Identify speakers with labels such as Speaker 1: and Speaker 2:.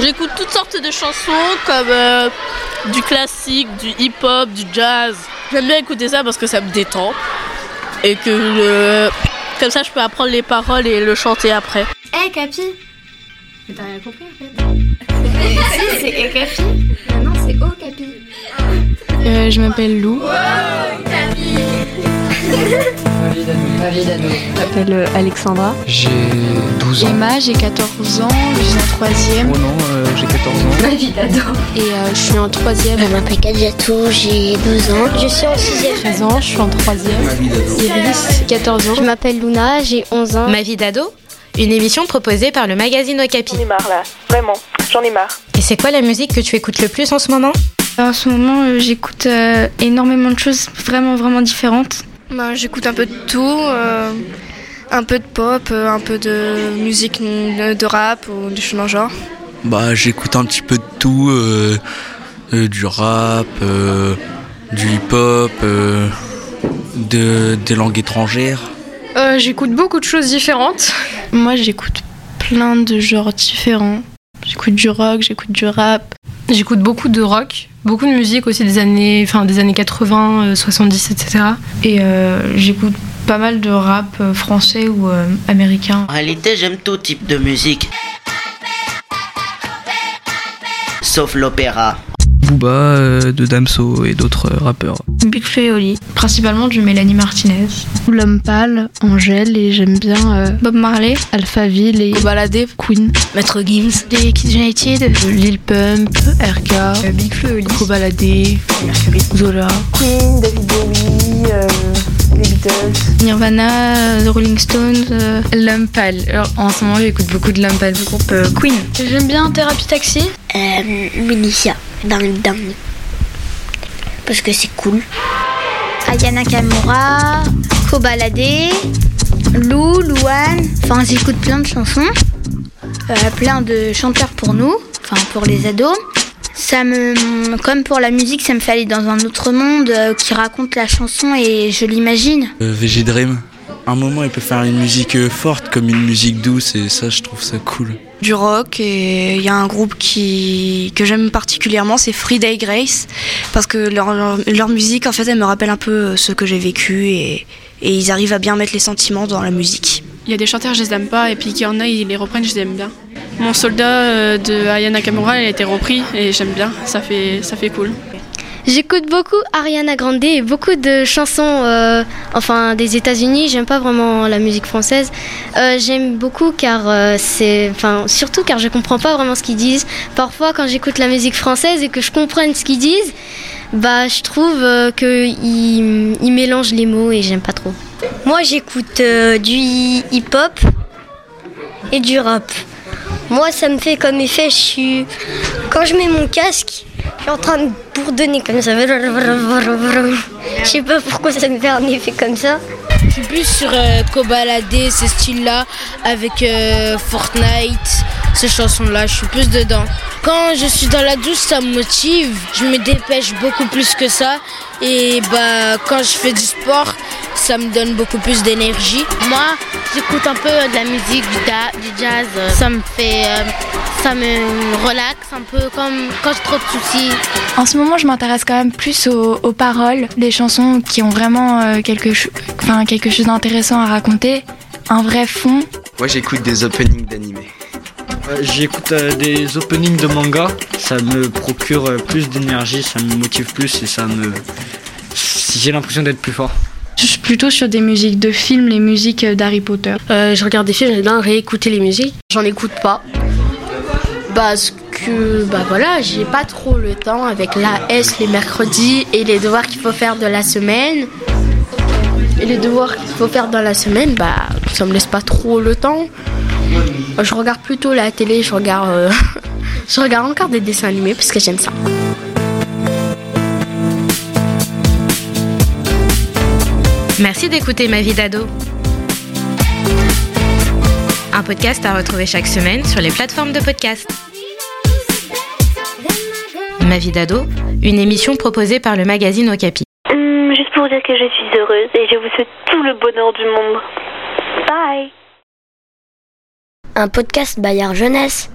Speaker 1: J'écoute toutes sortes de chansons comme euh, du classique, du hip-hop, du jazz. J'aime bien écouter ça parce que ça me détend et que euh, comme ça je peux apprendre les paroles et le chanter après.
Speaker 2: Eh Capi
Speaker 3: Mais t'as rien compris en fait.
Speaker 2: Si, c'est Eh Capi
Speaker 3: Ah non, c'est Oh Capi.
Speaker 4: Euh, je m'appelle Lou.
Speaker 5: Ma vie d'ado. Ma vie d'ado.
Speaker 4: Je m'appelle euh, Alexandra.
Speaker 6: J'ai 12 ans.
Speaker 4: Emma, j'ai 14 ans, je suis en 3ème
Speaker 6: Oh non, euh, j'ai 14 ans.
Speaker 3: Ma vie d'ado.
Speaker 4: et euh, je suis en 3ème.
Speaker 7: Je m'appelle Kadjatou, j'ai 12 ans. Je suis en 6
Speaker 4: 13 ans, je suis en 3ème.
Speaker 6: Ma vie d'ado.
Speaker 4: Iris, 14
Speaker 7: Je
Speaker 4: ans.
Speaker 7: m'appelle Luna, j'ai 11 ans.
Speaker 8: Ma vie d'ado, une émission proposée par le magazine Okapi.
Speaker 9: J'en ai marre là, vraiment, j'en ai marre.
Speaker 8: Et c'est quoi la musique que tu écoutes le plus en ce moment
Speaker 10: En ce moment, euh, j'écoute euh, énormément de choses vraiment, vraiment différentes.
Speaker 4: Ben, J'écoute un peu de tout, euh, un peu de pop, euh, un peu de musique euh, de rap ou des choses dans le genre.
Speaker 6: Bah, j'écoute un petit peu de tout, euh, euh, du rap, euh, du hip-hop, euh, de, des langues étrangères.
Speaker 10: j'écoute beaucoup de choses différentes.
Speaker 4: Moi, j'écoute plein de genres différents. J'écoute du rock, j'écoute du rap.
Speaker 11: J'écoute beaucoup de rock, beaucoup de musique aussi des années, enfin des années 80, euh, 70, etc. Et euh, j'écoute pas mal de rap euh, français ou euh, américain.
Speaker 12: En réalité, j'aime tout type de musique. Sauf l'opéra.
Speaker 5: Booba, euh, de Damso et d'autres euh, rappeurs.
Speaker 11: Big Flo et Oli, principalement du Mélanie Martinez.
Speaker 4: L'homme pâle, Angèle et j'aime bien euh,
Speaker 10: Bob Marley,
Speaker 4: Alphaville et
Speaker 1: Balader,
Speaker 4: Queen.
Speaker 1: Maître Gims,
Speaker 4: Les Kids United, Lil Pump, RK,
Speaker 11: Euh, Big Flo et Oli.
Speaker 4: Balader, Zola,
Speaker 9: Queen, David Bowie, euh, les Beatles.
Speaker 10: Nirvana, The Rolling Stones. euh,
Speaker 11: L'homme pâle. Alors, en ce moment, j'écoute beaucoup de l'homme pâle du groupe euh, Queen.
Speaker 10: J'aime bien Thérapie Taxi.
Speaker 7: Euh, Mélissa, dingue, dingue. Parce que c'est cool. Ayana Kamura, Kobalade, Lou, Louane. Enfin, j'écoute plein de chansons. euh, plein de chanteurs pour nous, enfin pour les ados. Ça me, comme pour la musique, ça me fait aller dans un autre monde euh, qui raconte la chanson et je l'imagine.
Speaker 6: Euh, VG Dream. À un moment, il peut faire une musique euh, forte comme une musique douce et ça, je trouve ça cool.
Speaker 4: du rock et il y a un groupe qui que j'aime particulièrement c'est Free Day Grace parce que leur, leur, leur musique en fait elle me rappelle un peu euh, ce que j'ai vécu et, et ils arrivent à bien mettre les sentiments dans la musique.
Speaker 10: Il y a des chanteurs, je les aime pas, et puis qu'il y en a, ils les reprennent, je les aime bien. Mon soldat euh, de Ayana Nakamura, il a été repris, et j'aime bien, ça fait, ça fait cool.
Speaker 7: J'écoute beaucoup Ariana Grande et beaucoup de chansons euh, enfin des États-Unis. J'aime pas vraiment la musique française. Euh, J'aime beaucoup car euh, c'est enfin surtout car je comprends pas vraiment ce qu'ils disent. Parfois quand j'écoute la musique française et que je comprenne ce qu'ils disent, bah je trouve euh, que ils, ils mélangent les mots et j'aime pas trop. Moi j'écoute euh, du hip-hop et du rap. Moi ça me fait comme effet je suis quand je mets mon casque je suis en train de bourdonner comme ça. Je sais pas pourquoi ça me fait un effet comme ça.
Speaker 8: Je suis plus sur Kobalade, ces styles-là, avec Fortnite, ces chansons-là, je suis plus dedans. Quand je suis dans la douche, ça me motive, je me dépêche beaucoup plus que ça. Et bah, quand je fais du sport, ça me donne beaucoup plus d'énergie.
Speaker 7: Moi, j'écoute un peu de la musique, du, da- du jazz. Ça me fait. euh, ça me relaxe un peu comme quand j'ai trop de soucis.
Speaker 4: En ce moment je m'intéresse quand même plus aux, aux paroles des chansons qui ont vraiment euh, quelque, cho- enfin, quelque chose d'intéressant à raconter, un vrai fond.
Speaker 5: Moi, j'écoute des openings d'animés.
Speaker 12: J'écoute euh, des openings de manga. Ça me procure euh, plus d'énergie, ça me motive plus et ça me. J'ai l'impression d'être plus fort.
Speaker 10: Je suis plutôt sur des musiques de films, les musiques d'Harry Potter.
Speaker 8: Euh, je regarde des films, j'aime bien réécouter les musiques. J'en écoute pas. Parce que, bah voilà, j'ai pas trop le temps avec la S les mercredis et les devoirs qu'il faut faire de la semaine. Et les devoirs qu'il faut faire dans la semaine, bah ça me laisse pas trop le temps. Je regarde plutôt la télé, je regarde, euh, je regarde encore des dessins animés parce que j'aime ça. Merci d'écouter Ma vie d'ado. Un podcast à retrouver chaque semaine sur les plateformes de podcast. Ma vie d'ado, une émission proposée par le magazine Okapi.
Speaker 9: Hum, juste pour vous dire que je suis heureuse et je vous souhaite tout le bonheur du monde. Bye
Speaker 7: Un podcast Bayard Jeunesse.